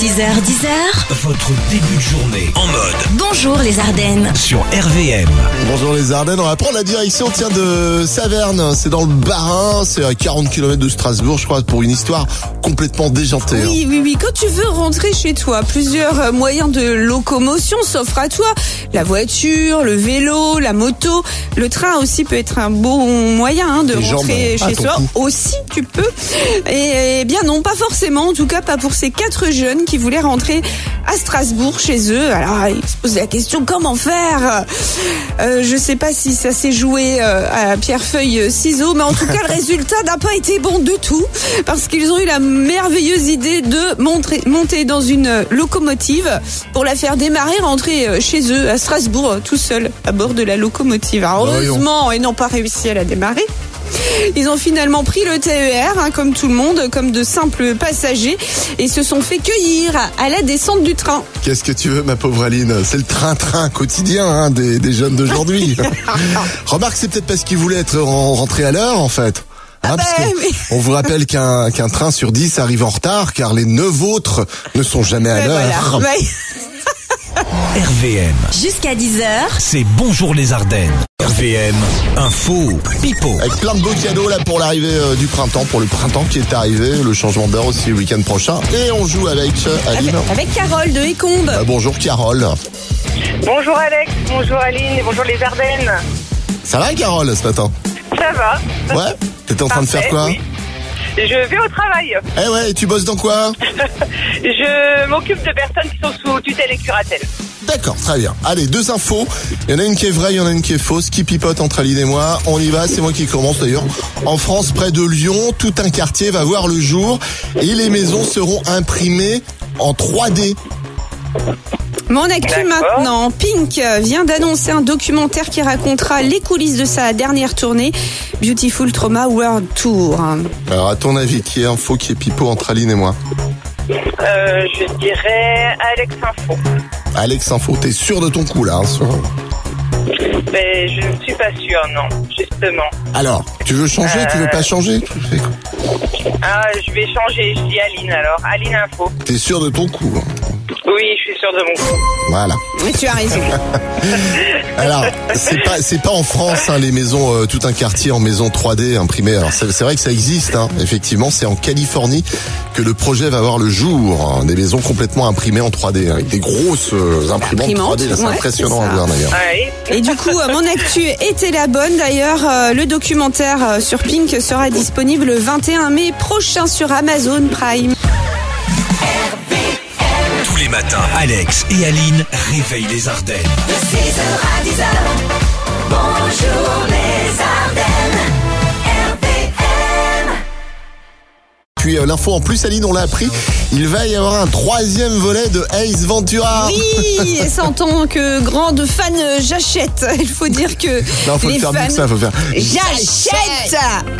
6h10h, Votre début de journée en mode bonjour les Ardennes. sur RVM. Bonjour les Ardennes, on va prendre la direction tiens, de Saverne, c'est dans le Bas-Rhin, c'est à 40 km de Strasbourg je crois pour une histoire complètement déjantée. hein. Oui, oui, oui. Quand tu veux rentrer chez toi, plusieurs euh, moyens de locomotion s'offrent à toi. La voiture, le vélo, la moto. Le train aussi peut être un bon moyen hein, de Les jambes rentrer à chez Ah, ton toi. cou. Aussi, tu peux. Et, eh bien non, pas forcément. En tout cas, pas pour ces quatre jeunes qui voulaient rentrer à Strasbourg chez eux. Alors, ils se posent la question comment faire euh, Je sais pas si ça s'est joué euh, à pierre-feuille ciseaux, mais en tout cas, le résultat n'a pas été bon de tout parce qu'ils ont eu la merveilleuse idée de montrer- monter dans une locomotive pour la faire démarrer, rentrer euh, chez eux à Strasbourg euh, tout seul à bord de la locomotive. Alors, Bah, voyons. heureusement, ils n'ont pas réussi à la démarrer. Ils ont finalement pris le TER, hein, comme tout le monde, comme de simples passagers, et se sont fait cueillir à la descente du train. Qu'est-ce que tu veux ma pauvre Aline C'est le train-train quotidien hein, des, des jeunes d'aujourd'hui. Remarque c'est peut-être parce qu'ils voulaient être en- rentrés à l'heure en fait. Hein, parce bah, que mais- On vous rappelle qu'un qu'un train sur 10 arrive en retard car les neuf autres ne sont jamais à Ouais, l'heure. Ben voilà. Ouais. RVM, Jusqu'à 10h, c'est Bonjour les Ardennes. RVM, info, pipo. Avec plein de beaux cadeaux là pour l'arrivée euh, du printemps, pour le printemps qui est arrivé, le changement d'heure aussi le week-end prochain. Et on joue avec euh, Avec, Aline. avec Carole de Écombe. Ah, bonjour Carole. Bonjour Alex, bonjour Aline et bonjour les Ardennes. Ça va Carole ce matin Ça va Ouais T'étais en train de faire Parfait, quoi oui. Je vais au travail. Eh ouais, et tu bosses dans quoi Je m'occupe de personnes qui sont sous tutelle et curatelle. D'accord, très bien. Allez, deux infos. Il y en a une qui est vraie, il y en a une qui est fausse, qui pipote entre Aline et moi. On y va, c'est moi qui commence d'ailleurs. En France, près de Lyon, tout un quartier va voir le jour et les maisons seront imprimées en 3D. Mon actu D'accord. maintenant, Pink vient d'annoncer un documentaire qui racontera les coulisses de sa dernière tournée, Beautiful Trauma World Tour. Alors à ton avis, qui est info, qui est pipo entre Aline et moi Euh, je dirais Alex Info. Alex Info, t'es sûr de ton coup là hein, sur- Mais je ne suis pas sûre, non, justement. Alors, tu veux changer, tu veux pas changer Tu fais quoi Ah, je vais changer, je dis Aline alors. Aline Info. T'es sûr de ton coup. hein. Oui, je suis sûre de mon coup. Voilà. Mais tu as raison. Alors, c'est pas c'est pas en France hein, les maisons euh, tout un quartier en maison 3D imprimée. Alors c'est c'est vrai que ça existe hein. Effectivement, c'est en Californie que le projet va voir le jour, hein. des maisons complètement imprimées en 3D hein, avec des grosses euh, imprimantes, Imprimantes, 3D, là, c'est ouais, impressionnant c'est à ça. voir d'ailleurs. Ouais. Et du coup, euh, mon actu était la bonne. D'ailleurs, euh, le documentaire euh, sur Pink sera disponible le 21 mai prochain sur Amazon Prime. Tous les matins, Alex et Aline réveillent les Ardennes. Puis euh, l'info en plus Aline, on l'a appris, il va y avoir un troisième volet de Ace Ventura. Oui, et ça, en tant que grande fan, euh, j'achète. Il faut dire que Non, faut le les faire mieux fans que ça, faut faire. J'achète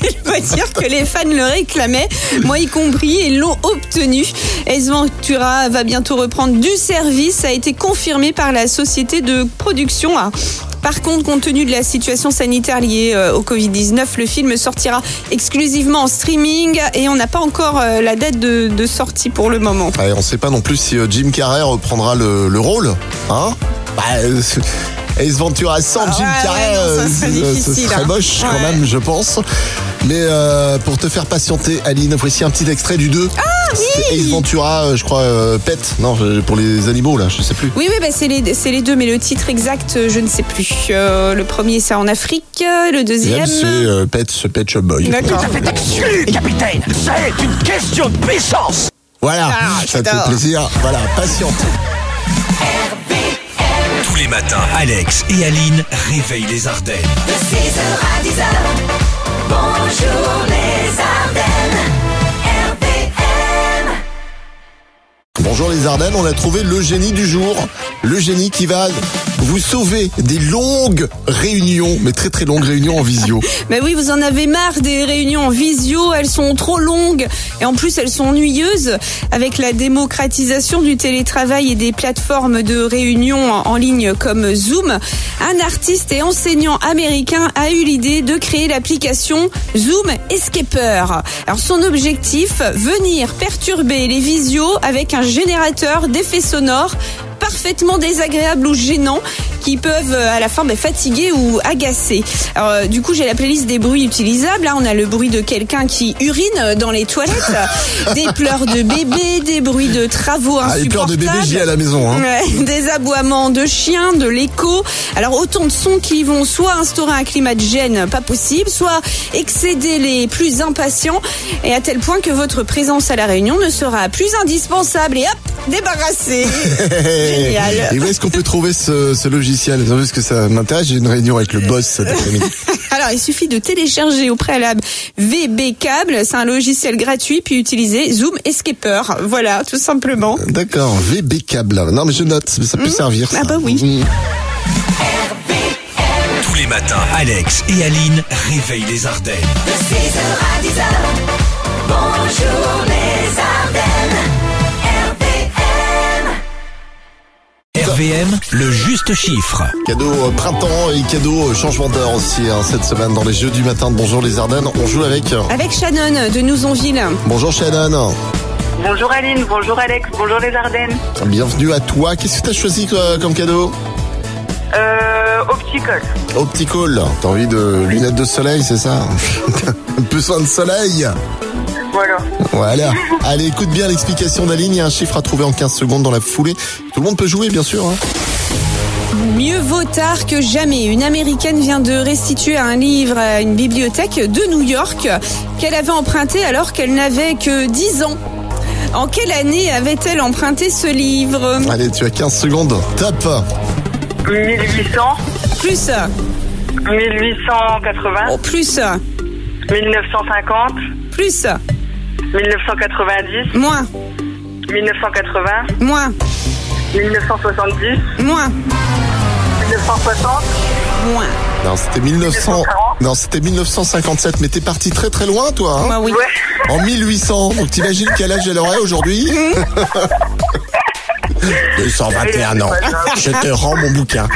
Je dois dire que les fans le réclamaient, moi y compris, et l'ont obtenu. Ace Ventura va bientôt reprendre du service. Ça a été confirmé par la société de production. Ah. Par contre, compte tenu de la situation sanitaire liée euh, au Covid-19, le film sortira exclusivement en streaming et on n'a pas encore euh, la date de, de sortie pour le moment. Ouais, on sait pas non plus si euh, Jim Carrey reprendra le, le rôle, hein bah, euh, Ace Ventura sans Ah Jim ouais, Carrey, ouais, non, ça euh, serait euh, ce difficile, serait hein. moche quand Ouais. même, je pense. Mais euh, pour te faire patienter, Aline, voici un petit extrait du 2. Ah Ace Ventura, euh, je crois, euh, Pet. Non, euh, pour les animaux, là, je sais plus. Oui, oui, bah, c'est les, c'est les deux, mais le titre exact, euh, je ne sais plus. Euh, le premier, c'est en Afrique, euh, le Deuxième, c'est deuxième. euh, Pet, ce Pet Shop Boy. D'accord. capitaine, c'est une question de puissance. Voilà, Ah, ça te j'adore. fait plaisir. Voilà, patiente. Tous les matins, Alex et Aline réveillent les Ardennes. Bonjour les Ardennes, on a trouvé le génie du jour. Le génie qui va vous sauvez des longues réunions, mais très très longues réunions en visio. Mais oui, vous en avez marre des réunions en visio, elles sont trop longues et en plus elles sont ennuyeuses. Avec la démocratisation du télétravail et des plateformes de réunion en ligne comme Zoom, un artiste et enseignant américain a eu l'idée de créer l'application Zoom Escaper. Alors son objectif, venir perturber les visios avec un générateur d'effets sonores parfaitement désagréables ou gênants qui peuvent euh, à la fin ben, fatiguer ou agacer. Alors, euh, du coup, j'ai la playlist des bruits utilisables. Là, on a le bruit de quelqu'un qui urine euh, dans les toilettes, des pleurs de bébé, des bruits de travaux Ah, les pleurs insupportables. de bébé, j'y ai à la maison. Hein. Ouais, des aboiements de chiens, de l'écho. Alors autant de sons qui vont soit instaurer un climat de gêne pas possible, soit excéder les plus impatients et à tel point que votre présence à la réunion ne sera plus indispensable et hop, débarrassé. Génial. Et où est-ce qu'on peut trouver ce, ce logiciel Parce que ça m'intéresse, j'ai une réunion avec le boss cet après-midi. Alors, il suffit de télécharger au préalable VB Cable, c'est un logiciel gratuit, puis utiliser Zoom Escaper. Voilà, tout simplement. D'accord, VB câble. Non mais je note, ça peut servir. ça. Ah bah oui. Mm. Tous les matins, Alex et Aline réveillent les Ardennes. De 6h à 10h, bonjour les Ardennes, RPM. RVM, le juste chiffre. Cadeau euh, printemps et cadeau euh, changement d'heure aussi hein, cette semaine dans les jeux du matin de Bonjour les Ardennes. On joue avec euh, Avec Shannon de Nouzonville. Bonjour Shannon. Bonjour Aline, bonjour Alex, bonjour les Ardennes. Bienvenue à toi. Qu'est-ce que t'as choisi euh, comme cadeau Euh, opticole. Optical. T'as envie de lunettes de soleil, c'est ça Un peu soin de soleil. Voilà. Voilà. Allez, écoute bien l'explication d'Aline. Il y a un chiffre à trouver en 15 secondes dans la foulée. Tout le monde peut jouer, bien sûr. hein. Mieux vaut tard que jamais. Une américaine vient de restituer un livre à une bibliothèque de New York qu'elle avait emprunté alors qu'elle n'avait que 10 ans. En quelle année avait-elle emprunté ce livre Allez, tu as 15 secondes. Top. 1800, Plus, 1880, oh, plus, 1950, plus, 1990, moins, 1980, moins, 1970, moins, 1960. moins. Non, c'était 1900. 1940. Non, c'était 1957. Mais t'es parti très très loin, toi. hein. Moi, oui. Ouais, En 1800. Donc t'imagines quel âge elle aurait aujourd'hui 221 ans. Je te rends mon bouquin.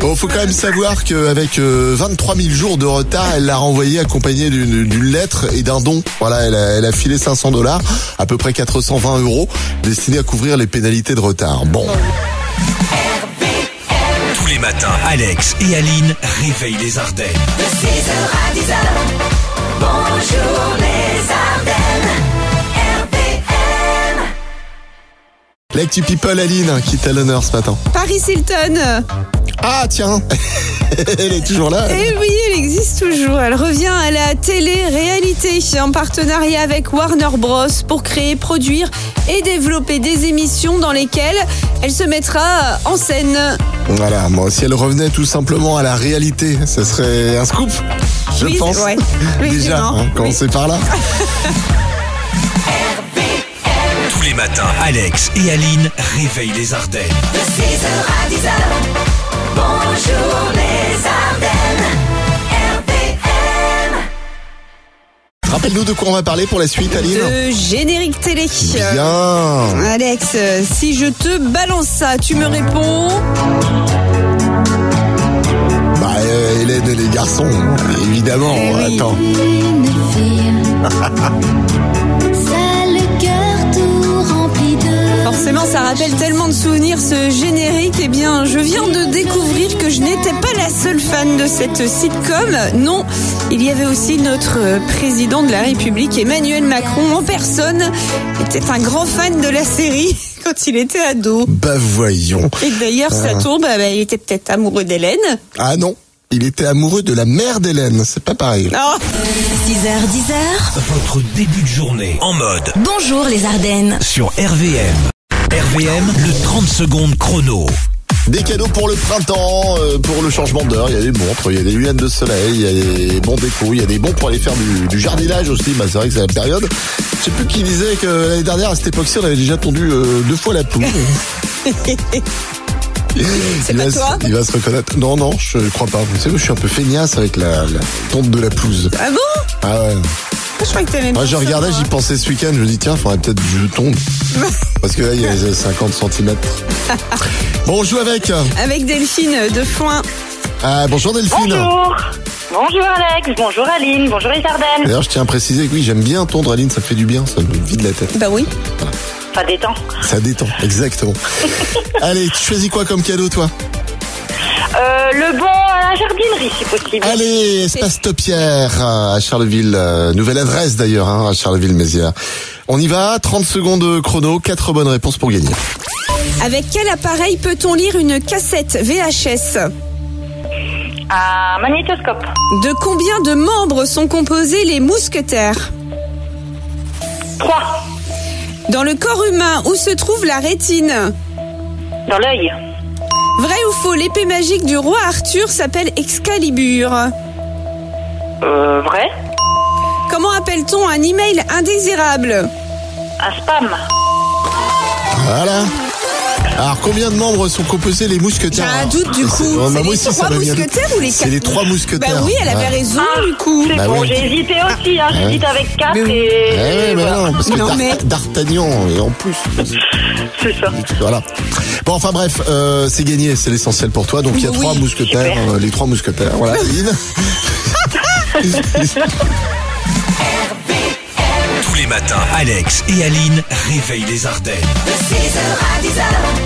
bon, faut quand même savoir qu'avec 23 000 jours de retard, elle l'a renvoyé accompagnée d'une d'une lettre et d'un don. Voilà, elle a, elle a filé 500 dollars, à peu près 420 euros, destinés à couvrir les pénalités de retard. Bon. Tous les matins, Alex et Aline réveillent les Ardennes. De 6h à 10h, bonjour les Ardennes, RPM. L'actu people, Aline, qui est à l'honneur ce matin. Paris Hilton. Ah, tiens Elle est toujours là. elle. Eh oui, elle existe toujours. Elle revient à la télé-réalité en partenariat avec Warner Bros. pour créer, produire et développer des émissions dans lesquelles elle se mettra en scène. Voilà, moi, si elle revenait tout simplement à la réalité, ce serait un scoop, je Oui, pense. ouais. Oui, Déjà, non, hein, oui. commencer par là. Tous les matins, Alex et Aline réveillent les Ardennes. De 6h à 10h, bonjour les Ardennes, RPM. Rappelle-nous de quoi on va parler pour la suite, Aline. De générique télé. Bien. Alex, euh, si je te balance ça, tu me réponds. Bah, euh, Hélène et les garçons, évidemment. Eh Attends. Une fille, ça le cœur tout rempli de. Forcément, ça rappelle tellement de souvenirs ce générique. Eh bien, je viens de découvrir que je n'étais pas la seule fan de cette sitcom. Non, il y avait aussi notre euh, président de la République, Emmanuel Macron, en personne, était un grand fan de la série quand il était ado. Bah, voyons. Et d'ailleurs, ça tombe, ah bah, il était peut-être amoureux d'Hélène. Ah non, il était amoureux de la mère d'Hélène, c'est pas pareil. Oh, 6h, 10h. Votre début de journée en mode Bonjour les Ardennes. sur RVM. RVM, le 30 secondes chrono. Des cadeaux pour le printemps, euh, pour le changement d'heure, il y a des montres, il y a des lunettes de soleil, il y a des bons décos, il y a des bons pour aller faire du, du jardinage aussi, bah, c'est vrai que c'est la période. Je sais plus qui disait que l'année dernière à cette époque-ci on avait déjà tondu euh, deux fois la pluie. C'est il, pas va se, toi il va se reconnaître. Non, non, je crois pas. Vous savez, je suis un peu feignasse avec la, la tonte de la pelouse. Ah bon Ah ouais. Je crois que t'aimais Moi, bien je ça, regardais, moi. j'y pensais ce week-end, je me dis, tiens, faudrait peut-être que je tombe. Parce que là, il y a les 50 cm. Bon, on joue avec. Avec Delphine de Foin. Ah, bonjour Delphine. Bonjour. Bonjour Alex, bonjour Aline, bonjour les Ardennes. D'ailleurs, je tiens à préciser que oui, j'aime bien tondre Aline, ça me fait du bien, ça me vide la tête. Bah oui. Ça détend. Ça détend, exactement. Allez, tu choisis quoi comme cadeau, toi Euh, le bon à la jardinerie si possible. Allez, espace Topière euh, à Charleville. euh, Nouvelle adresse d'ailleurs, hein, à Charleville-Mézières. On y va, 30 secondes chrono, 4 bonnes réponses pour gagner. Avec quel appareil peut-on lire une cassette VHS Un magnétoscope. De combien de membres sont composés les mousquetaires 3. Dans le corps humain, où se trouve la rétine Dans l'œil. Vrai ou faux, l'épée magique du roi Arthur s'appelle Excalibur. Euh, vrai. Comment appelle-t-on un email indésirable Un spam. Ah Voilà. Alors, combien de membres sont composés les mousquetaires J'ai un alors doute, du coup. C'est- bah, C'est moi les aussi, ça trois m'a mis un doute. mousquetaires ou les C'est quatre les trois Bah mousquetaires. oui, elle avait Ouais. raison Ah, du coup. C'est Bah bon, oui. j'ai hésité aussi, hein, j'hésite avec 4 Mais- et... Eh ouais, mais voilà. non, parce que Non, Dar- mais- d'Artagnan, et en plus. C'est ça. Voilà. Bon, enfin bref, euh, c'est gagné, c'est l'essentiel pour toi. Donc il y a Oui, trois mousquetaires, euh, les trois mousquetaires. Voilà, Lynn. Tous les matins, Alex et Aline réveillent les Ardennes. De 6h à 10h